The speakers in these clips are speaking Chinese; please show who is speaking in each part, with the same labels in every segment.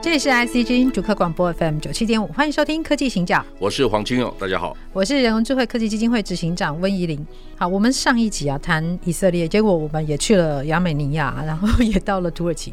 Speaker 1: 这里是 IC 之音主客广播 FM 九七点五，欢迎收听科技行脚，
Speaker 2: 我是黄清勇，大家好。
Speaker 1: 我是人工智慧科技基金会执行长温怡玲。好，我们上一集啊谈以色列，结果我们也去了亚美尼亚， 然后也到了土耳其。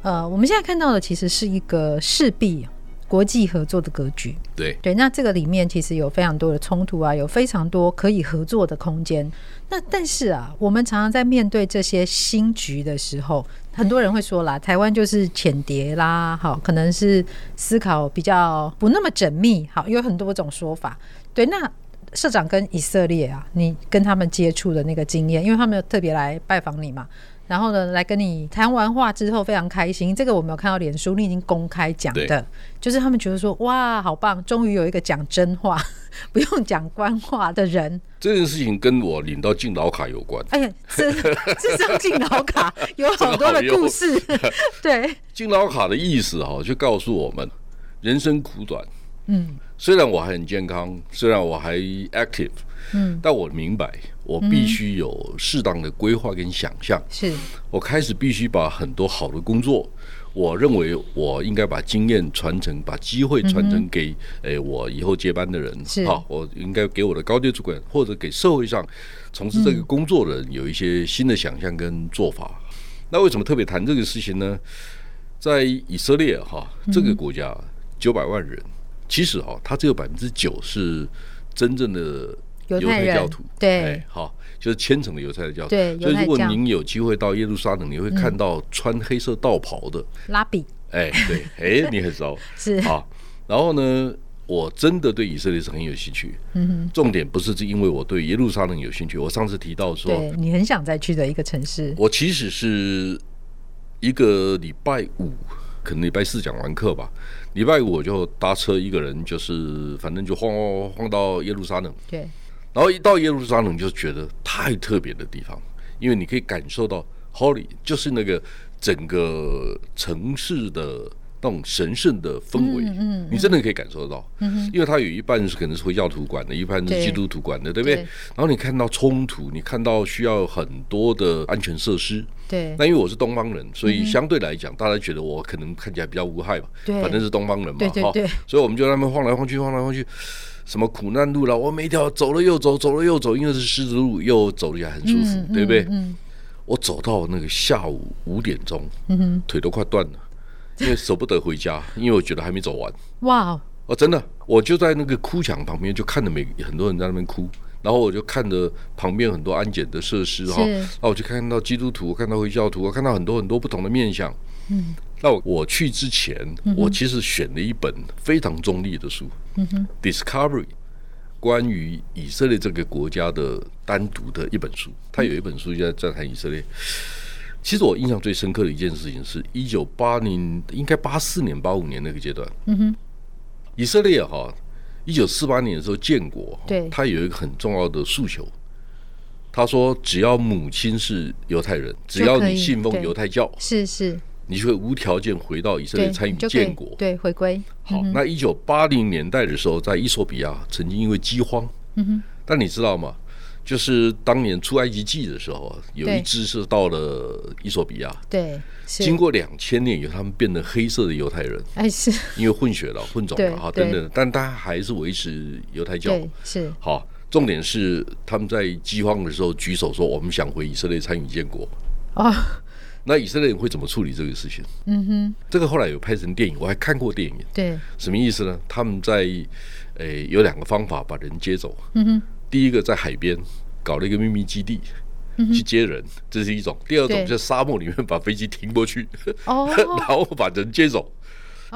Speaker 1: 呃，我们现在看到的其实是一个势必啊国际合作的格局。
Speaker 2: 对，
Speaker 1: 对，那这个里面其实有非常多的冲突啊，有非常多可以合作的空间。那但是啊，我们常常在面对这些新局的时候，很多人会说啦，台湾就是浅碟啦，好，可能是思考比较不那么缜密，好，有很多种说法。对，那社长跟以色列啊，你跟他们接触的那个经验，因为他们有特别来拜访你嘛。然后呢，来跟你谈完话之后非常开心，这个我没有看到脸书，你已经公开讲
Speaker 2: 对
Speaker 1: 的，就是他们觉得说哇，好棒，终于有一个讲真话，不用讲官话的人。
Speaker 2: 这件事情跟我领到敬老卡有关。
Speaker 1: 哎呀，这这张敬老卡有好多的故 事，
Speaker 2: 哎
Speaker 1: 对，
Speaker 2: 敬老卡的意思哈、就告诉我们，人生苦短。
Speaker 1: 嗯
Speaker 2: 虽然我还很健康，虽然我还 active，
Speaker 1: 嗯，
Speaker 2: 但我明白，我必须有适当的规划跟想象。
Speaker 1: 是
Speaker 2: 我开始必须把很多好的工作，我认为我应该把经验传承，把机会传承给诶、我以后接班的人
Speaker 1: 嗯是，
Speaker 2: 好，我应该给我的高阶主管或者给社会上从事这个工作的人有一些新的想象跟做法。那为什么特别谈这个事情呢？在以色列哈
Speaker 1: 嗯
Speaker 2: 这个国家九百万人，其实哈它只有百分之九是真正的
Speaker 1: 犹太人
Speaker 2: 教徒，
Speaker 1: 对
Speaker 2: 哎好，就是虔诚的犹太教徒。
Speaker 1: 对
Speaker 2: 所以
Speaker 1: 犹太
Speaker 2: 如果
Speaker 1: 教
Speaker 2: 您有机会到耶路撒冷，你会
Speaker 1: 嗯
Speaker 2: 看到穿黑色道袍的，
Speaker 1: 拉比
Speaker 2: 哎，对，哎，你很熟
Speaker 1: 是，
Speaker 2: 好。然后呢，我真的对以色列是很有兴趣。
Speaker 1: 嗯
Speaker 2: 重点不是是因为我对耶路撒冷有兴趣，我上次提到
Speaker 1: 哼，
Speaker 2: 说，
Speaker 1: 对你很想再去的一个城市，
Speaker 2: 我其实是一个礼拜五，可能礼拜四讲完课吧，礼拜五我就搭车一个人，就是反正就晃晃晃晃到耶路撒冷。
Speaker 1: 对，
Speaker 2: 然后一到耶路撒冷，就觉得太特别的地方，因为你可以感受到 Holy，就是那个整个城市的那种神圣的氛围，
Speaker 1: 嗯嗯
Speaker 2: 你真的可以感受得到，
Speaker 1: 嗯哼
Speaker 2: 因为它有一半是可能是回教徒管的，一半是
Speaker 1: 对
Speaker 2: 基督徒管的，对不对？
Speaker 1: 对
Speaker 2: 然后你看到冲突，你看到需要很多的安全设施。
Speaker 1: 对嗯
Speaker 2: 那因为我是东方人，所以相对来讲，大家觉得我可能看起来比较无害吧，
Speaker 1: 对
Speaker 2: 反正是东方人嘛，
Speaker 1: 对对
Speaker 2: 哈
Speaker 1: 对
Speaker 2: 所以我们就在那边晃来晃去，晃来晃去，什么苦难路啦，我每一条走了又走，走了又走，因为是狮子路，又走了起来很舒服，
Speaker 1: 嗯
Speaker 2: 对不对？
Speaker 1: 嗯
Speaker 2: 我走到那个下午五点钟，
Speaker 1: 嗯哼，
Speaker 2: 腿都快断 了，因为舍不得回家，因为我觉得还没走完。
Speaker 1: 哇哦，
Speaker 2: 哦，真的，我就在那个哭墙旁边，就看着每很多人在那边哭，然后我就看着旁边很多安检的设施哈，
Speaker 1: 是
Speaker 2: 然后我就看到基督徒，我看到回教徒，我看到很多很多不同的面相。
Speaker 1: 嗯，
Speaker 2: 那我我去之前，我其实选了一本非常中立的书，
Speaker 1: 嗯哼，
Speaker 2: 《Discovery》，关于以色列这个国家的单独的一本书。它有一本书就在在谈以色列。其实我印象最深刻的一件事情是，一九八零，应该八四年、八五年那个阶段，
Speaker 1: 嗯哼，
Speaker 2: 以色列哈，一九四八年的时候建国，
Speaker 1: 对
Speaker 2: 他有一个很重要的诉求，他说只要母亲是犹太人，只要你信
Speaker 1: 对
Speaker 2: 奉犹太教，
Speaker 1: 是是，
Speaker 2: 你就会无条件回到以色
Speaker 1: 对，
Speaker 2: 列参与
Speaker 1: 你就可以
Speaker 2: 建国。
Speaker 1: 对，回归，
Speaker 2: 好，那一九八零年代的时候，在伊索比亚曾经因为饥荒，
Speaker 1: 嗯哼，
Speaker 2: 但你知道吗？就是当年出埃及记的时候，有
Speaker 1: 对
Speaker 2: 一支是到了伊索比亚，
Speaker 1: 对，是，
Speaker 2: 经过两千年以后，他们变成黑色的犹太人，
Speaker 1: 哎是，
Speaker 2: 因为混血了、混种
Speaker 1: 对
Speaker 2: 了哈等
Speaker 1: 对
Speaker 2: 等，但他还是维持犹太教。
Speaker 1: 对是，
Speaker 2: 好，重点是他们在饥荒的时候举手说我们想回以色列参与建国。
Speaker 1: 哦，
Speaker 2: 那以色列人会怎么处理这个事情？
Speaker 1: 嗯哼，
Speaker 2: 这个后来有拍成电影，我还看过电影。
Speaker 1: 对，
Speaker 2: 什么意思呢？他们在诶有两个方法把人接走。
Speaker 1: 嗯哼，
Speaker 2: 第一个在海边搞了一个秘密基地。去接人，这是一种；第二
Speaker 1: 对
Speaker 2: 种在沙漠里面把飞机停过去， 然
Speaker 1: 哦，
Speaker 2: 后把人接走。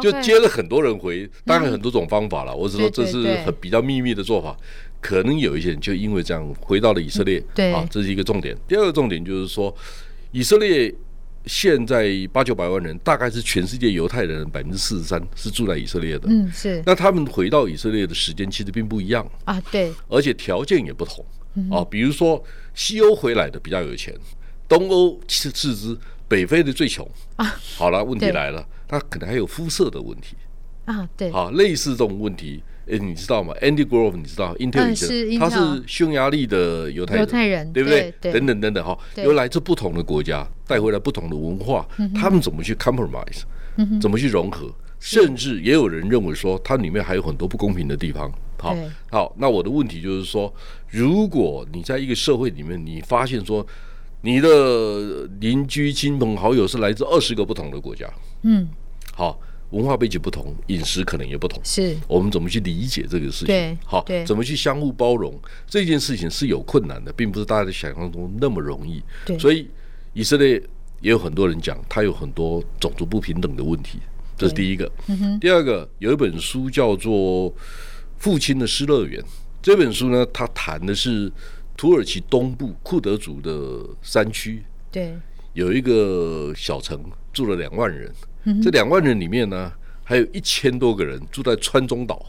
Speaker 2: 就
Speaker 1: OK
Speaker 2: 接了很多人回，当然很多种方法了。我只说
Speaker 1: 嗯对
Speaker 2: 这
Speaker 1: 对
Speaker 2: 是
Speaker 1: 对
Speaker 2: 很比较秘密的做法，可能有一些人就因为这样回到了以色列。
Speaker 1: 嗯对
Speaker 2: 啊，这是一个重点。第二个重点就是说，以色列现在八九百万人，大概是全世界犹太人百分之四十三是住在以色列的。
Speaker 1: 嗯是
Speaker 2: 那他们回到以色列的时间其实并不一样，
Speaker 1: 啊，对，
Speaker 2: 而且条件也不同。啊，比如说西欧回来的比较有钱，东欧次次之，北非的最穷。好了，问题
Speaker 1: 对
Speaker 2: 来了，他可能还有肤色的问题。
Speaker 1: 啊，对，
Speaker 2: 好，类似这种问题，诶，你知道吗？Andy Grove，你知道，Intel
Speaker 1: 嗯
Speaker 2: 以前、
Speaker 1: 是 Intel
Speaker 2: 他是匈牙利的犹太人，
Speaker 1: 犹太人
Speaker 2: 对不对？
Speaker 1: 对对
Speaker 2: 等等等等哈，
Speaker 1: 对嗯
Speaker 2: 又来自不同的国家，带回来不同的文化，他们怎么去 compromise，、怎么去融合？甚至也有人认为说，它里面还有很多不公平的地方。好
Speaker 1: 对，
Speaker 2: 好，那我的问题就是说，如果你在一个社会里面，你发现说你的邻居、亲朋好友是来自二十个不同的国家，
Speaker 1: 嗯，
Speaker 2: 好，文化背景不同，饮食可能也不同，
Speaker 1: 是
Speaker 2: 我们怎么去理解这个事
Speaker 1: 对
Speaker 2: 情？好
Speaker 1: 对，
Speaker 2: 怎么去相互包容？这件事情是有困难的，并不是大家想象中那么容易。
Speaker 1: 对
Speaker 2: 所以以色列也有很多人讲，它有很多种族不平等的问题，这是
Speaker 1: 对嗯
Speaker 2: 第一个。第二个有一本书叫做《父亲的失乐园》，这本书呢，它谈的是土耳其东部库德族的山区
Speaker 1: 对，
Speaker 2: 有一个小城住了两万人，这两万人里面呢，还有一千多个人住在川中岛，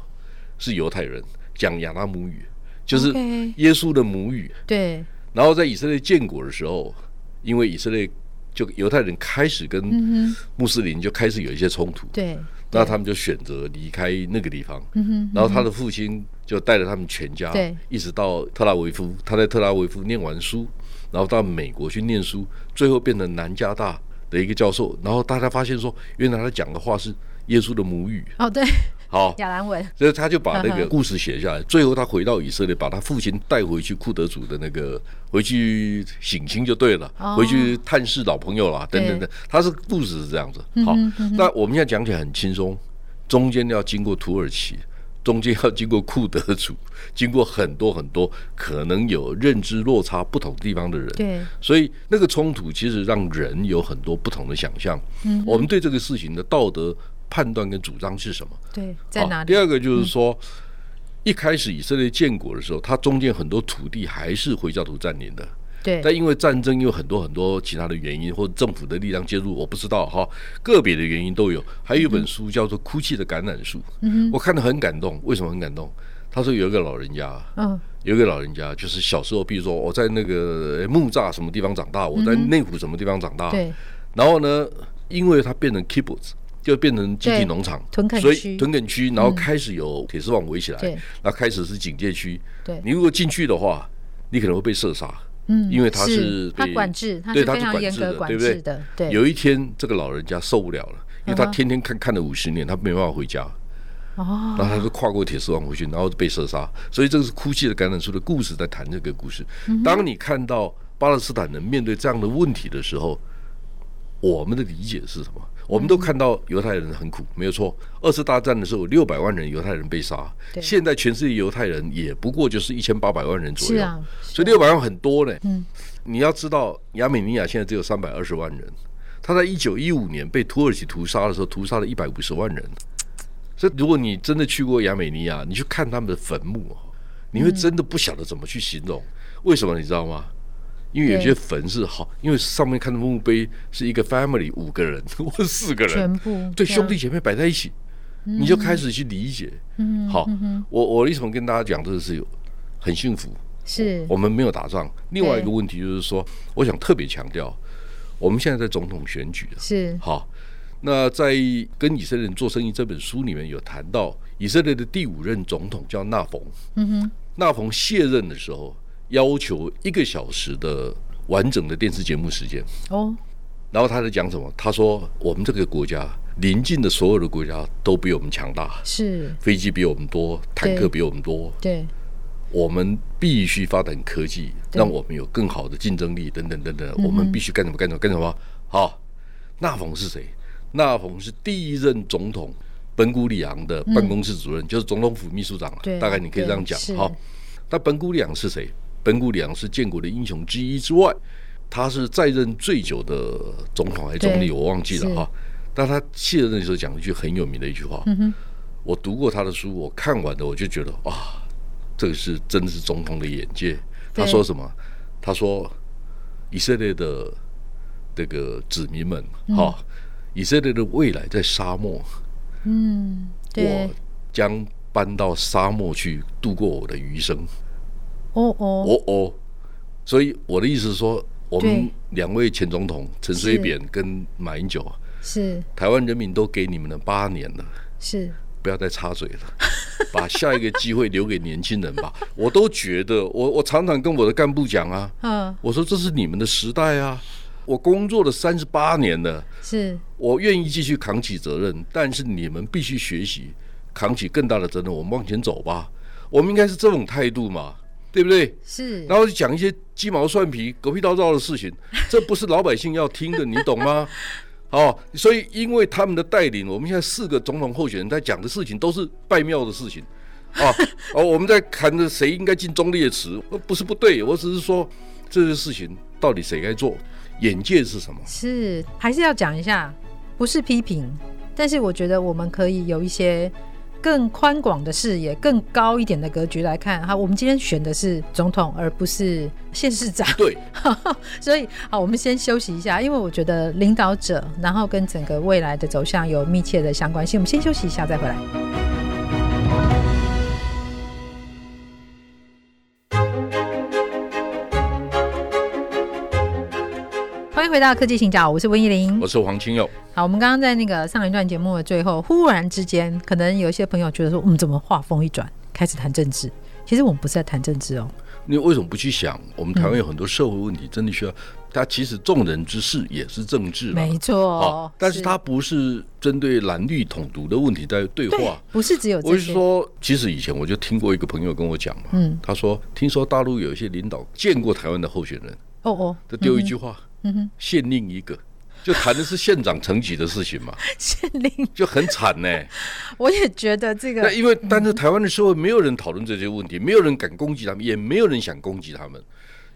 Speaker 2: 是犹太人，讲亚拉姆语，就是
Speaker 1: OK
Speaker 2: 耶稣的母语。
Speaker 1: 对，
Speaker 2: 然后在以色列建国的时候，因为以色列就犹太人开始跟穆斯林就开始有一些冲突，
Speaker 1: 对，
Speaker 2: 那他们就选择离开那个地方。
Speaker 1: 嗯
Speaker 2: 然后他的父亲就带着他们全家
Speaker 1: 对，
Speaker 2: 一直到特拉维夫。他在特拉维夫念完书，然后到美国去念书，最后变成南加大的一个教授。然后大家发现说，原来他讲的话是耶稣的母语。
Speaker 1: 哼，哦，对，
Speaker 2: 好，
Speaker 1: 亚兰文，
Speaker 2: 所以他就把那
Speaker 1: 呵呵
Speaker 2: 个故事写下来。最后他回到以色列，把他父亲带回去库德族的那个回去省亲就对了，
Speaker 1: 哦
Speaker 2: 回去探视老朋友啦，等等
Speaker 1: 对嗯
Speaker 2: 等。他是故事是这样子。好，那我们现在讲起来很轻松，中间要经过土耳其。中间要经过库德族，经过很多很多可能有认知落差不同地方的人，
Speaker 1: 对，
Speaker 2: 所以那个冲突其实让人有很多不同的想象。我们对这个事情的道德判断跟主张是什么？
Speaker 1: 对，在
Speaker 2: 好
Speaker 1: 哪里嗯
Speaker 2: 第？二个就是说，一开始以色列建国的时候，它中间很多土地还是回教徒占领的，
Speaker 1: 对，
Speaker 2: 但因为战争有很多很多其他的原因，或者政府的力量介入，我不知道哈，个别的原因都有。还有一本书叫做《哭泣的橄榄树》，
Speaker 1: 嗯
Speaker 2: 我看得很感动。为什么很感动？他说有一个老人家，
Speaker 1: 嗯，
Speaker 2: 有一个老人家，就是小时候，比如说我在那个诶木栅什么地方长大，我在内湖什么地方长大，
Speaker 1: 嗯对，
Speaker 2: 然后呢，因为它变成 kibbutz，就变成集体农场，
Speaker 1: 对屯垦区嗯
Speaker 2: 所以屯垦区，然后开始有铁丝网围起来，
Speaker 1: 对
Speaker 2: 然后开始是警戒区。
Speaker 1: 对
Speaker 2: 你，如果进去的话，你可能会被射杀。
Speaker 1: 嗯
Speaker 2: 因为它
Speaker 1: 是
Speaker 2: 是
Speaker 1: 它
Speaker 2: 被
Speaker 1: 管制，它
Speaker 2: 对
Speaker 1: 是
Speaker 2: 它
Speaker 1: 非
Speaker 2: 是
Speaker 1: 常
Speaker 2: 管
Speaker 1: 严
Speaker 2: 制
Speaker 1: 格
Speaker 2: 的
Speaker 1: 管
Speaker 2: 对不对
Speaker 1: 制的，对，
Speaker 2: 有一天，这个老人家受不了了，因为
Speaker 1: 嗯
Speaker 2: 他
Speaker 1: 哼
Speaker 2: 天天看看了五十年，他没办法回家，
Speaker 1: 哦，
Speaker 2: 然后他就跨过铁丝网回去，然后被射杀。所以这个是《哭泣的橄榄树》的故事，在谈这个故事。
Speaker 1: 嗯
Speaker 2: 当你看到巴勒斯坦人面对这样的问题的时候，我们的理解是什么？我
Speaker 1: 嗯
Speaker 2: 们都看到犹太人很苦，没有错。二次大战的时候，六百万人犹太人被杀，
Speaker 1: 对
Speaker 2: 现在全世界犹太人也不过就是一千八百万人左
Speaker 1: 是
Speaker 2: 右，
Speaker 1: 啊，
Speaker 2: 所以六百万很多呢。你要知道，亚美尼亚现在只有三百二十万人，他在一九一五年被土耳其屠杀的时候，屠杀了一百五十万人。所以，如果你真的去过亚美尼亚，你去看他们的坟墓哦，你会真的不晓得怎么去形容。为什么你知道吗？因为有些
Speaker 1: 对
Speaker 2: 坟是好，因为上面看的墓碑是一个 family 五个人 或四个人
Speaker 1: 啊全，部这
Speaker 2: 对兄
Speaker 1: 样
Speaker 2: 弟姐妹摆在一起，你就开始去理解。好，我我为什么跟大家讲这个是有很幸福？
Speaker 1: 是
Speaker 2: 我们没有打仗。另外一个
Speaker 1: 对
Speaker 2: 问题就是说，我想特别强调，我们现在在总统选举啊，
Speaker 1: 是
Speaker 2: 好，那在《跟以色列人做生意》这本书里面有谈到，以色列的第五任总统叫纳冯，
Speaker 1: 嗯哼，
Speaker 2: 纳冯卸任的时候要求一个小时的完整的电视节目时间，
Speaker 1: 哦，
Speaker 2: 然后他在讲什么？他说我们这个国家邻近的所有的国家都比我们强大，
Speaker 1: 是
Speaker 2: 飞机比我们多，坦克
Speaker 1: 对
Speaker 2: 比我们多，
Speaker 1: 对
Speaker 2: 我们必须发展科技，
Speaker 1: 对嗯
Speaker 2: 让我们有更好的竞争力，等等等等。我们必须干什么干什么干什么？好，纳冯是谁？纳冯是第一任总统本古里昂的办公室主任，就是总统府秘书长了
Speaker 1: 嗯对。
Speaker 2: 大概你可以这样
Speaker 1: 对是
Speaker 2: 讲。好，那本古里昂是谁？本古里昂是建国的英雄之一之外，他是在任最久的总统还是总
Speaker 1: 对
Speaker 2: 理，我忘记
Speaker 1: 是
Speaker 2: 了哈。但他卸任的时候讲了一句很有名的一句话，
Speaker 1: 嗯
Speaker 2: 我读过他的书，我看完的我就觉得哦哇，这个是真的是总统的眼界。
Speaker 1: 对
Speaker 2: 他说什么？他说以色列的这个子民们，
Speaker 1: 嗯
Speaker 2: 哈、以色列的未来在沙漠，我
Speaker 1: 对，
Speaker 2: 将搬到沙漠去度过我的余生。
Speaker 1: 哦哦，
Speaker 2: 哦哦，所以我的意思是说，我们
Speaker 1: 对
Speaker 2: 两位前总统陈水扁跟马英九啊，
Speaker 1: 是
Speaker 2: 台湾人民都给你们了八年了，
Speaker 1: 是，
Speaker 2: 不要再插嘴 了，把下一个机会留给年轻人吧。我都觉得，我我常常跟我的干部讲啊，
Speaker 1: 嗯，
Speaker 2: 我说这是你们的时代啊，我工作了三十八年了，
Speaker 1: 是
Speaker 2: 我愿意继续扛起责任，但是你们必须学习扛起更大的责任，我们往前走吧。我们应该是这种态度嘛，对不对？
Speaker 1: 是，
Speaker 2: 然后就讲一些鸡毛蒜皮、狗屁倒灶的事情，这不是老百姓要听的，你懂吗？哦，所以因为他们的带领，我们现在四个总统候选人在讲的事情都是拜庙的事情，啊，哦，我们在谈着谁应该进忠烈祠，呃不是不对，我只是说这些事情到底谁该做，眼界是什么？
Speaker 1: 是，还是要讲一下，不是批评，但是我觉得我们可以有一些更宽广的视野、更高一点的格局来看。哈，我们今天选的是总统，而不是县市长，
Speaker 2: 对，
Speaker 1: 所以好，我们先休息一下，因为我觉得领导者，然后跟整个未来的走向有密切的相关性。我们先休息一下，再回来。欢迎回到科技请讲，我是温依玲，
Speaker 2: 我是黄清耀，
Speaker 1: 好，我们刚刚在那个上一段节目的最后，忽然之间，可能有一些朋友觉得说，嗯，怎么话锋一转，开始谈政治？其实我们不是在谈政治哦，
Speaker 2: 你为什么不去想，我们台湾有很多社会问题，真的需要，它其实众人之事也是政治啦
Speaker 1: 没
Speaker 2: 哦
Speaker 1: 错，，
Speaker 2: 但是它不是针对蓝绿统独的问题在对
Speaker 1: 对
Speaker 2: 话。，
Speaker 1: 不是只有
Speaker 2: 啊我
Speaker 1: 这
Speaker 2: 是
Speaker 1: 些，
Speaker 2: 说，其实以前我就听过一个朋友跟我讲嘛，
Speaker 1: 嗯，
Speaker 2: 他说听说大陆有一些领导见过台湾的候选人，
Speaker 1: 哦哦，
Speaker 2: 就丢一句话，
Speaker 1: 嗯哼，
Speaker 2: 县令一个，就谈的是县长层级的事情嘛，
Speaker 1: 县令，
Speaker 2: 就很惨呢、
Speaker 1: 我也觉得这
Speaker 2: 那
Speaker 1: 个
Speaker 2: 因为但是台湾的社会没有人讨论这些问题，没有人敢攻击他们，也没有人想攻击他们。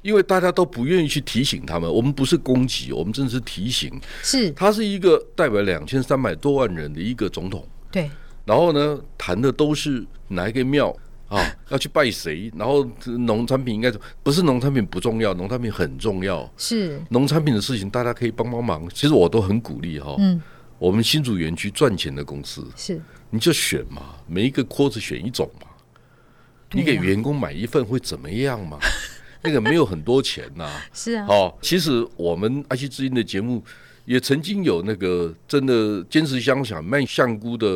Speaker 2: 因为大家都不愿意去提醒他们，我们不是攻击，我们真的是提醒。
Speaker 1: 是
Speaker 2: 他是一个代表两千三百多万人的一个总统，
Speaker 1: 对，
Speaker 2: 然后呢，谈的都是哪一个庙啊， 要去拜谁，然后呃农产品应该怎么不是农产品不重要，农产品很重要。
Speaker 1: 是，
Speaker 2: 农产品的事情大家可以帮帮忙，其实我都很鼓励哈、
Speaker 1: 嗯，
Speaker 2: 我们新竹园区赚钱的公司，
Speaker 1: 是，
Speaker 2: 你就选嘛，每一个 quarter 选一种嘛。
Speaker 1: 对
Speaker 2: 你
Speaker 1: 呀
Speaker 2: 给员工买一份会怎么样嘛？那个没有很多钱呐、
Speaker 1: 是啊，
Speaker 2: 好、哦其实我们爱惜之音的节目也曾经有那个真的坚持乡想卖香菇的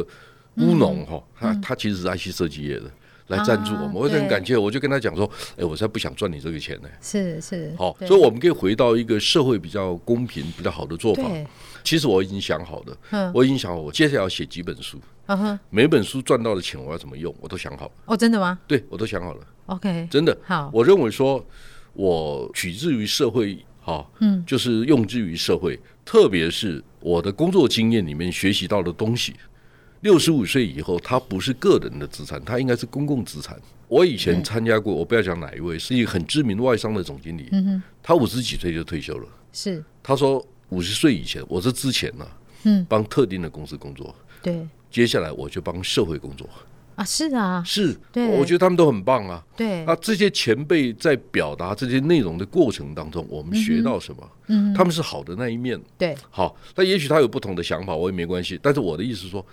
Speaker 2: 乌农哈，他他其实是爱惜设计业的。来赞助我们，
Speaker 1: 嗯啊
Speaker 2: 我也很
Speaker 1: 对
Speaker 2: 感谢。我就跟他讲说，哎，我才不想赚你这个钱呢。
Speaker 1: 是是，
Speaker 2: 好，
Speaker 1: 对
Speaker 2: 所以我们可以回到一个社会比较公平、比较好的做法。
Speaker 1: 对，
Speaker 2: 其实我已经想好了，
Speaker 1: 嗯，
Speaker 2: 我已经想好，我接下来要写几本书，
Speaker 1: 嗯哼，
Speaker 2: 每本书赚到的钱我要怎么用，我都想好了。
Speaker 1: 哦，真的吗
Speaker 2: 对，我都想好了，
Speaker 1: ？OK，
Speaker 2: 真的。
Speaker 1: 好，
Speaker 2: 我认为说，我取之于社会，哈、
Speaker 1: 嗯，
Speaker 2: 就是用之于社会，特别是我的工作经验里面学习到的东西。六十五岁以后，它不是个人的资产，它应该是公共资产。我以前参加过，我不要讲哪一位，是一个很知名外商的总经理，
Speaker 1: 嗯哼，
Speaker 2: 他五十几岁就退休了。
Speaker 1: 是，
Speaker 2: 他说五十岁以前，我是之前呢、
Speaker 1: 嗯，
Speaker 2: 帮特定的公司工作，
Speaker 1: 对，
Speaker 2: 接下来我就帮社会工作。
Speaker 1: 啊，是啊，
Speaker 2: 是，
Speaker 1: 对
Speaker 2: 我觉得他们都很棒啊。
Speaker 1: 对，
Speaker 2: 那这些前辈在表达这些内容的过程当中，我们学到什么？
Speaker 1: 嗯哼，
Speaker 2: 他们是好的那一面，
Speaker 1: 对，
Speaker 2: 好，那也许他有不同的想法，我也没关系。但是我的意思是说，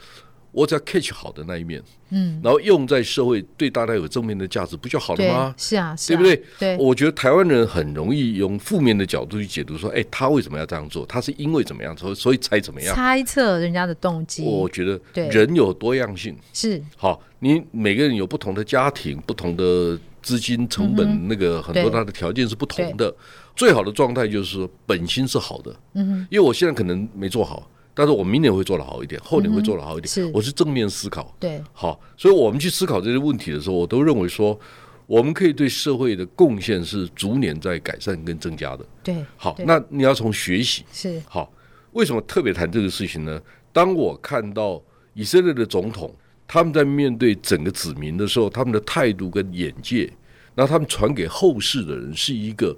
Speaker 2: 我只要 catch 好的那一面，
Speaker 1: 嗯，
Speaker 2: 然后用在社会对大家有正面的价值，不就好了
Speaker 1: 对
Speaker 2: 吗，？
Speaker 1: 是啊，是
Speaker 2: 对
Speaker 1: 啊
Speaker 2: 不对？
Speaker 1: 对，
Speaker 2: 哦我觉得台湾人很容易用负面的角度去解读，说，哎，他为什么要这样做？他是因为怎么样，所以所以才怎么样？哦
Speaker 1: 猜测人家的动机，
Speaker 2: 我觉得
Speaker 1: 对
Speaker 2: 人有多样性，
Speaker 1: 是
Speaker 2: 好，你每个人有不同的家庭、不同的资金成
Speaker 1: 嗯
Speaker 2: 本，那个很多
Speaker 1: 对
Speaker 2: 他的条件是不同的。最好的状态就是说本心是好的，
Speaker 1: 嗯哼，嗯
Speaker 2: 因为我现在可能没做好，但是我明年会做得好一点，后年会做得好一点。
Speaker 1: 是
Speaker 2: 我是正面思考，
Speaker 1: 对，
Speaker 2: 好，所以我们去思考这些问题的时候，我都认为说，我们可以对社会的贡献是逐年在改善跟增加的。
Speaker 1: 对，
Speaker 2: 好，
Speaker 1: 对
Speaker 2: 那你要从学习
Speaker 1: 是，
Speaker 2: 好，为什么特别谈这个事情呢？当我看到以色列的总统他们在面对整个子民的时候，他们的态度跟眼界，然后他们传给后世的人是一个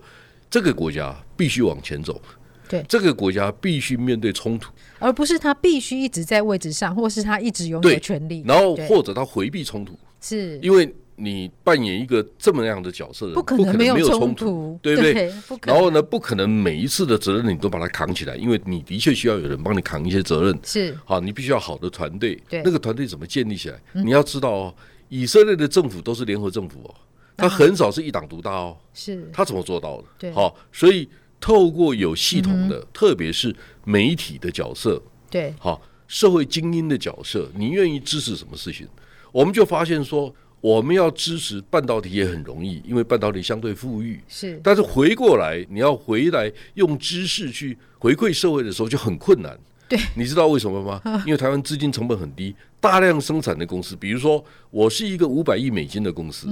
Speaker 2: 这个国家必须往前走，
Speaker 1: 对
Speaker 2: 这个国家必须面对冲突，
Speaker 1: 而不是他必须一直在位置上，或是他一直拥
Speaker 2: 对
Speaker 1: 有权利，
Speaker 2: 然后
Speaker 1: 对
Speaker 2: 或者他回避冲突，
Speaker 1: 是
Speaker 2: 因为你扮演一个这么样的角色的人，
Speaker 1: 不可
Speaker 2: 不可
Speaker 1: 能
Speaker 2: 能
Speaker 1: 没有
Speaker 2: 有
Speaker 1: 冲
Speaker 2: 突
Speaker 1: 突，，
Speaker 2: 对不对？
Speaker 1: 不可能
Speaker 2: 然后呢，不可能每一次的责任你都把它扛起来，因为你的确需要有人帮你扛一些责任。
Speaker 1: 是
Speaker 2: 好，你必须要好的团队
Speaker 1: 对，嗯
Speaker 2: 那个团队怎么建立起来？你要知道哦，以色列的政府都是联合政府哦，它很少是一党独大哦。
Speaker 1: 是
Speaker 2: 他怎么做到
Speaker 1: 对嗯
Speaker 2: 的？好，所以透过有系统的，特别是媒体的角色，
Speaker 1: 对，
Speaker 2: 好，社会精英的角色，你愿意支持什么事情？我们就发现说，我们要支持半导体也很容易，因为半导体相对富裕。
Speaker 1: 是
Speaker 2: 但是回过来，你要回来用知识去回馈社会的时候就很困难。
Speaker 1: 对，
Speaker 2: 你知道为什 么吗？因为台湾资金成本很低，大量生产的公司，比如说我是一个五百亿美金的公司，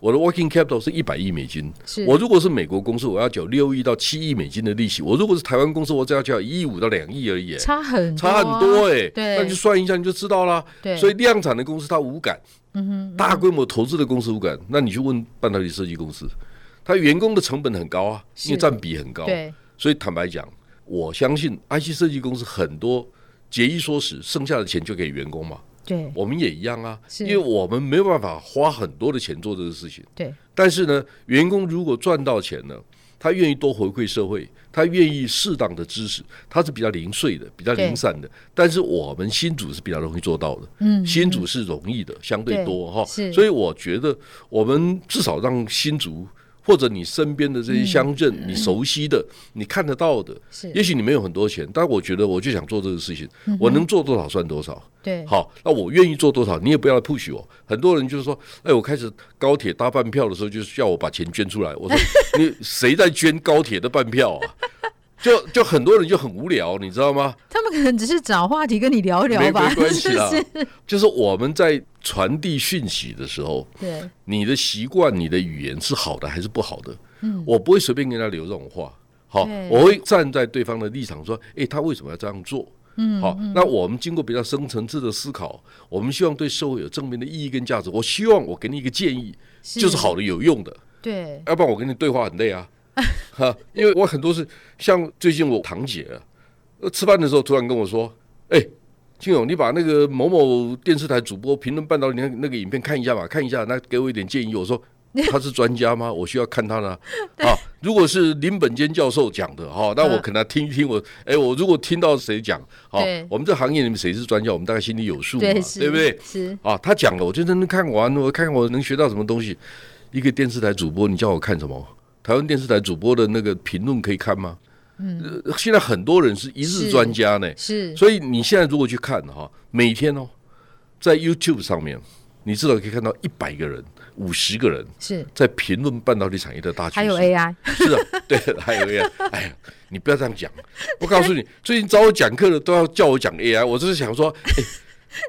Speaker 2: 我的 working capital 是一百亿美金
Speaker 1: 嗯是，
Speaker 2: 我如果是美国公司，我要缴六亿到七亿美金的利息；我如果是台湾公司，我只要缴一亿五到两亿而已耶，
Speaker 1: 差很
Speaker 2: 差
Speaker 1: 啊
Speaker 2: 很多哎、
Speaker 1: 对，
Speaker 2: 那你就算一下你就知道啦
Speaker 1: 对。嗯
Speaker 2: 所以量产的公司它无感，大规模投资的公司无感。那你去问半导体设计公司，它员工的成本很高啊，
Speaker 1: 是
Speaker 2: 因为占比很高。
Speaker 1: 对
Speaker 2: 所以坦白讲，我相信 IC 设计公司很多节衣缩食，剩下的钱就给员工嘛。
Speaker 1: 对
Speaker 2: 我们也一样啊，
Speaker 1: 是
Speaker 2: 因为我们没有办法花很多的钱做这个事情。
Speaker 1: 对
Speaker 2: 但是呢，员工如果赚到钱了，他愿意多回馈社会，他愿意适当的支持，他是比较零碎的，比较零散的。但是我们新主是比较容易做到的，嗯，新主是容易的，相对多
Speaker 1: 对
Speaker 2: 哈。
Speaker 1: 是
Speaker 2: 所以我觉得我们至少让新竹或者你身边的这些乡镇，你熟悉的、你看得到的，
Speaker 1: 嗯是嗯
Speaker 2: 也许你没有很多钱，但我觉得我就想做这个事情，我能做多少算多少。
Speaker 1: 对
Speaker 2: 好，那我愿意做多少，你也不要来 push 我。很多人就是说，哎，我开始高铁搭半票的时候，就是叫我把钱捐出来。我说，你 谁在捐高铁的半票啊？就就很多人就很无聊，你知道吗？
Speaker 1: 他们可能只是找话题跟你聊聊
Speaker 2: 没
Speaker 1: 吧，
Speaker 2: 没关系啦
Speaker 1: 是不是
Speaker 2: 就是我们在传递讯息的时候，
Speaker 1: 对
Speaker 2: 你的习惯、你的语言是好的还是不好的？嗯，我不会随便跟他留这种话。好
Speaker 1: 对，
Speaker 2: 我会站在对方的立场说，诶，他为什么要这样做？嗯，好，那我们经过比较深层次的思考，我们希望对社会有正面的意义跟价值。我希望我给你一个建议，
Speaker 1: 是
Speaker 2: 就是好的、有用的，
Speaker 1: 对
Speaker 2: 要不然我跟你对话很累啊。 哈，因为我很多是像最近我堂姐啊，呃吃饭的时候突然跟我说，诶，金勇，你把那个某某电视台主播评论半导体那那个影片看一下吧，看一下，那给我一点建 议。我说他是专家吗？我需要看他呢。啊，如果是林本坚教授讲的哈、那我
Speaker 1: 嗯
Speaker 2: 可能听一听我。哎，我如果听到谁讲，好、
Speaker 1: 对
Speaker 2: 我们这行业里面谁是专家，我们大概心里有数嘛，
Speaker 1: 对是，
Speaker 2: 对不对？
Speaker 1: 是
Speaker 2: 啊，他讲了，我就认真看完，我看我能学到什么东西。一个电视台主播，你叫我看什么？台湾电视台主播的那个评论可以看吗？嗯、现在很多人是一
Speaker 1: 是
Speaker 2: 日专家呢，
Speaker 1: 是
Speaker 2: 所以你现在如果去看哈，每天哦，在 YouTube 上面，你至少可以看到一百个人、五十个人
Speaker 1: 是，
Speaker 2: 在评论半导体产业的大趋势。
Speaker 1: 还有 AI
Speaker 2: 是啊，对，还 有 AI。哎呀，你不要这样讲。我告诉你，最近找我讲课的都要叫我讲 AI，我就是想说，哎、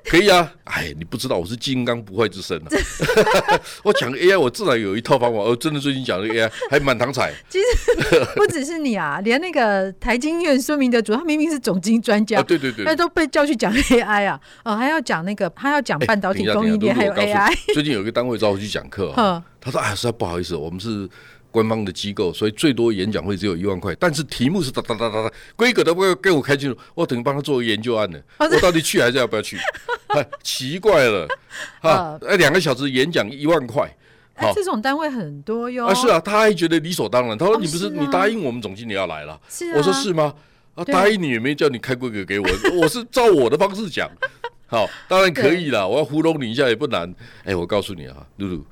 Speaker 2: 可以啊。哎，你不知道我是金刚不坏之身啊。 我讲 AI，我自然有一套方法。我真的最近讲的 AI 还满堂彩。
Speaker 1: 不只是你啊，连那个台经院孙明德主任，他明明是总经专家
Speaker 2: 啊，，对对对。
Speaker 1: 那都被叫去讲 AI 啊，哦，还要讲那个，他要讲
Speaker 2: 哎
Speaker 1: 半导
Speaker 2: 等
Speaker 1: 体
Speaker 2: 一下
Speaker 1: 供应
Speaker 2: 等一
Speaker 1: 链，
Speaker 2: 下
Speaker 1: 还
Speaker 2: 如
Speaker 1: 有哦
Speaker 2: 果我告诉
Speaker 1: AI，
Speaker 2: 你最近有一个单位找我去讲课、
Speaker 1: 哼
Speaker 2: 啊，他说：“哎，实在不好意思，我们是官方的机构，所以最多演讲会只有一万块，但是题目是哒哒哒哒哒，规格都不会给我开清楚，我等于帮他做个研究案呢。我到底去还是要不要去？哎奇怪了，啊，哎，两个小时演讲一万块。”
Speaker 1: 哎
Speaker 2: 好，
Speaker 1: 这种单位很多哟，
Speaker 2: 啊，是，啊，他还觉得理所当然。他说：“
Speaker 1: 哦
Speaker 2: 你不
Speaker 1: 是
Speaker 2: 是
Speaker 1: 啊
Speaker 2: 你答应我们总经理要来了？”
Speaker 1: 是啊
Speaker 2: 我说：“是吗？”啊，
Speaker 1: 对
Speaker 2: 答应你也没叫你开规格给我， 我是照我的方式讲。好，当然可以啦，我要糊弄你一下也不难。哎，我告诉你啊，露露，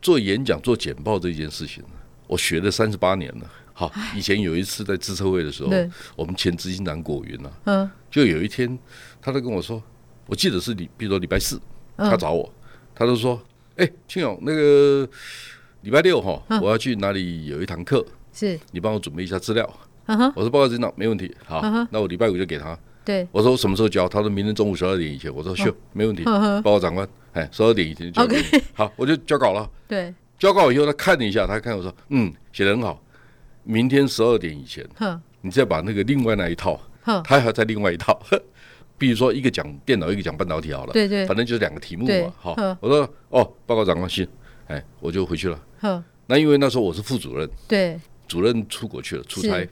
Speaker 2: 做演讲、做简报这件事情，我学了三十八年了。好，以前有一次在资策会的时候
Speaker 1: 对，
Speaker 2: 我们前执行长果云啊，
Speaker 1: 嗯
Speaker 2: 就有一天，他就跟我说，我记得是礼，比如说礼拜四，
Speaker 1: 嗯
Speaker 2: 他找我，他就说：“哎、庆勇，那个礼拜六哈，
Speaker 1: 嗯
Speaker 2: 我要去哪里有一堂课，
Speaker 1: 是，
Speaker 2: 你帮我准备一下资料。
Speaker 1: 嗯哼，
Speaker 2: 我说：“报告执行长，没问题。好
Speaker 1: 嗯哼，
Speaker 2: 那我礼拜五就给他。
Speaker 1: 对，
Speaker 2: 我说我什么时候交？他说明天中午十二点以前。我说：“秀，没问题。
Speaker 1: 嗯哼
Speaker 2: 报告长官，哎，十二点以前就交给你。好，我就交稿了。
Speaker 1: 对，
Speaker 2: 交稿以后，他看了一下，他看我说：“嗯，写得很好。明天十二点以前，
Speaker 1: 哼
Speaker 2: 你再把那个另外那一套
Speaker 1: 哼，
Speaker 2: 他还要再另外一套。 比如说一个讲电脑，一个讲半导体好了，
Speaker 1: 对对
Speaker 2: 反正就是两个题目
Speaker 1: 对
Speaker 2: 嘛。好
Speaker 1: 嗯，
Speaker 2: 我说哦，报告长官是，哎，我就回去了。
Speaker 1: 哼，
Speaker 2: 那因为那时候我是副主任，
Speaker 1: 对，
Speaker 2: 主任出国去了出差，
Speaker 1: 是嗯哦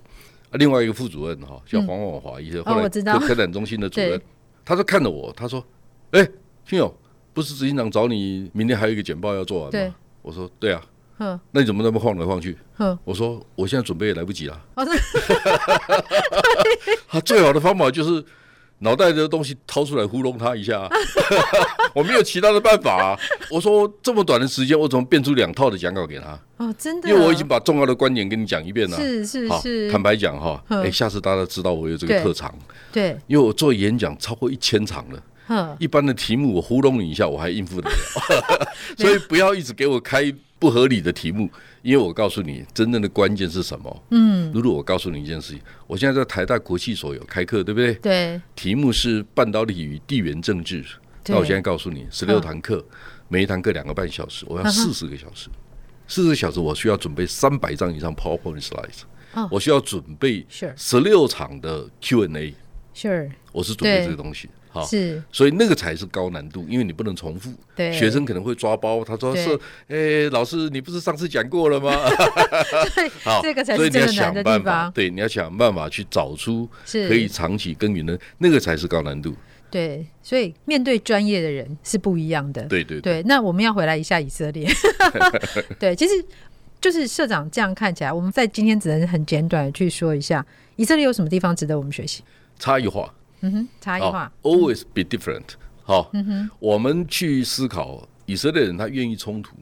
Speaker 2: 啊另外一个副主任哈叫黄婉华医生，后
Speaker 1: 我
Speaker 2: 来
Speaker 1: 知道
Speaker 2: 科科展中心的主任
Speaker 1: 对，
Speaker 2: 他就看着我，他说：“哎，亲友，不是执行长找你，明天还有一个简报要做完
Speaker 1: 对
Speaker 2: 吗？”我说：“对啊。”
Speaker 1: 哼
Speaker 2: 那你怎么那么晃来晃去？
Speaker 1: 哼，
Speaker 2: 我说我现在准备也来不及了。
Speaker 1: 哦，
Speaker 2: 他最好的方法就是脑袋的东西掏出来糊弄他一下 啊，我没有其他的办法啊。我说这么短的时间，我怎么变出两套的讲稿给他？
Speaker 1: 哦，真的，
Speaker 2: 因为我已经把重要的观点跟你讲一遍了。
Speaker 1: 是是
Speaker 2: 好
Speaker 1: 是，
Speaker 2: 坦白讲哈，
Speaker 1: 嗯
Speaker 2: 哎，下次大家知道我有这个
Speaker 1: 对
Speaker 2: 特长，
Speaker 1: 对，
Speaker 2: 因为我做演讲超过一千场了。
Speaker 1: 哼，
Speaker 2: 一般的题目我糊弄你一下，我还应付得了， 所以不要一直给我开不合理的题目，因为我告诉你，真正的关键是什么？嗯，如果我告诉你一件事情，我现在在台大国际所有开课，对不对？
Speaker 1: 对
Speaker 2: 题目是半导体与地缘政治。
Speaker 1: 对嗯
Speaker 2: 那我现在告诉你，十六堂课，每一堂课两个半小时，我要
Speaker 1: 嗯哼
Speaker 2: 四十个小时。四十个小时，我需要准备三百张以上 PowerPoint slides，、
Speaker 1: 哦
Speaker 2: 我需要准备
Speaker 1: 是
Speaker 2: 十六场的 Q&A，
Speaker 1: ，sure，
Speaker 2: 我是准备
Speaker 1: 对
Speaker 2: 这个东西。好，
Speaker 1: 是，
Speaker 2: 所以那个才是高难度，因为你不能重复。
Speaker 1: 对
Speaker 2: 学生可能会抓包，他说
Speaker 1: 对
Speaker 2: 是，诶，老师，你不是上次讲过了吗？好，
Speaker 1: 这个才
Speaker 2: 所以
Speaker 1: 是
Speaker 2: 你要
Speaker 1: 真的难
Speaker 2: 想
Speaker 1: 的地
Speaker 2: 办法，
Speaker 1: 方，
Speaker 2: 对，你要想办法去找出
Speaker 1: 是
Speaker 2: 可以长期耕耘的，那个才是高难度。
Speaker 1: 对，所以面对专业的人是不一样的，
Speaker 2: 对对
Speaker 1: 对，
Speaker 2: 对，
Speaker 1: 那我们要回来一下以色 列。 对，其实就是社长这样看起来，我们在今天只能很简短的去说一下以色列有什么地方值得我们学习。
Speaker 2: 差异化，
Speaker 1: 嗯哼，差异化
Speaker 2: 啊，，always be different。好，我们去思考以色列人他愿意冲突，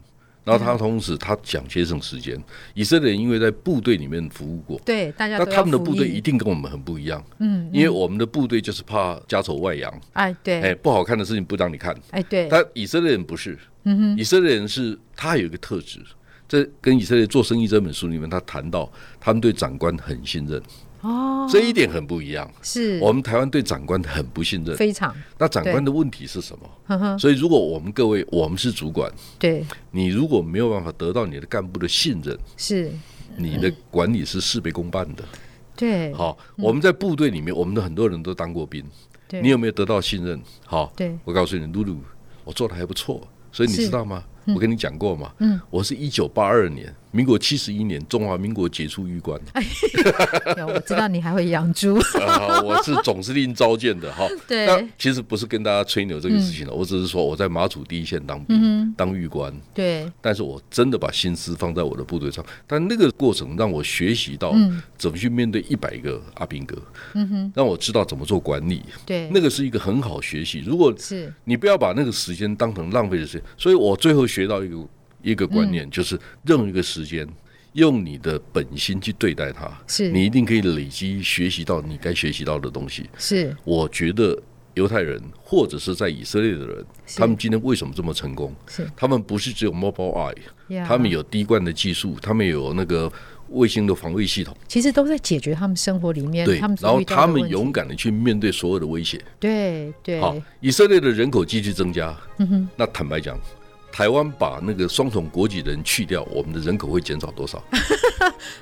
Speaker 2: 然后他同时他想节省时间。以色列人因为在部队里面服务过，
Speaker 1: 对大家
Speaker 2: 那
Speaker 1: 都要
Speaker 2: 他们的
Speaker 1: 服
Speaker 2: 部队
Speaker 1: 役
Speaker 2: 一定跟我们很不一样，
Speaker 1: 嗯，
Speaker 2: 因为我们的部队就是怕家丑外扬，
Speaker 1: 哎对
Speaker 2: 哎，
Speaker 1: 哎
Speaker 2: 不好看的事情不让你看。
Speaker 1: 对嗯
Speaker 2: 但以色列人不是，以色列人是他有一个特质，这跟《以色列做生意》这本书里面他谈到，他们对长官很信任，
Speaker 1: 哦
Speaker 2: 这一点很不一样。
Speaker 1: 是
Speaker 2: 我们台湾对长官很不信任，
Speaker 1: 非常
Speaker 2: 那长官的问题是什么？
Speaker 1: 呵呵
Speaker 2: 所以，如果我们各位我们是主管，
Speaker 1: 对
Speaker 2: 你如果没有办法得到你的干部的信任，
Speaker 1: 是
Speaker 2: 你的管理是事倍功半的。
Speaker 1: 嗯对
Speaker 2: 好，我们在部队里面，我们的很多人都当过兵，
Speaker 1: 对
Speaker 2: 你有没有得到信任？好，
Speaker 1: 对
Speaker 2: 我告诉你，露露，我做的还不错，所以你
Speaker 1: 是
Speaker 2: 知道吗？
Speaker 1: 嗯
Speaker 2: 我跟你讲过嘛，嗯，我是一九八二年，民国七十一年，中华民国杰出玉官，
Speaker 1: 有我知道你还会养猪
Speaker 2: 啊，我是总司令召见的哈。
Speaker 1: 对嗯
Speaker 2: 那其实不是跟大家吹牛这个事情了，我只是说我在马祖第一线当兵，当玉官，
Speaker 1: 对
Speaker 2: 但是我真的把心思放在我的部队上，但那个过程让我学习到
Speaker 1: 嗯
Speaker 2: 怎么去面对一百个阿兵哥，让我知道怎么做管理，
Speaker 1: 对
Speaker 2: 那个是一个很好学习。如果
Speaker 1: 是
Speaker 2: 你不要把那个时间当成浪费的时间，所以我最后学到一个一个观
Speaker 1: 嗯
Speaker 2: 念，就是任何一个时间。用你的本心去对待它，
Speaker 1: 是
Speaker 2: 你一定可以累积学习到你该学习到的东西。
Speaker 1: 是
Speaker 2: 我觉得犹太人或者是在以色列的人，
Speaker 1: 是
Speaker 2: 他们今天为什么这么成功？
Speaker 1: 是
Speaker 2: 他们不是只有 mobile eye，
Speaker 1: 呀
Speaker 2: 他们有滴灌的技术，他们有那个卫星的防卫系统，
Speaker 1: 其实都在解决他们生活里面
Speaker 2: 对
Speaker 1: 他们，所
Speaker 2: 然后
Speaker 1: 遇到
Speaker 2: 他
Speaker 1: 的
Speaker 2: 们
Speaker 1: 问题
Speaker 2: 勇敢的去面对所有的威胁。
Speaker 1: 对对嗯
Speaker 2: 好，以色列的人口继续增加，那坦白讲。台湾把那个双重国籍的人去掉，我们的人口会减少多少？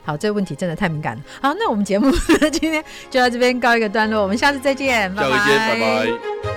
Speaker 1: 好，这个问题真的太敏感了。 好，那我们节目今天就到这边告一个段落，我们下次再见，
Speaker 2: 下回见，拜拜。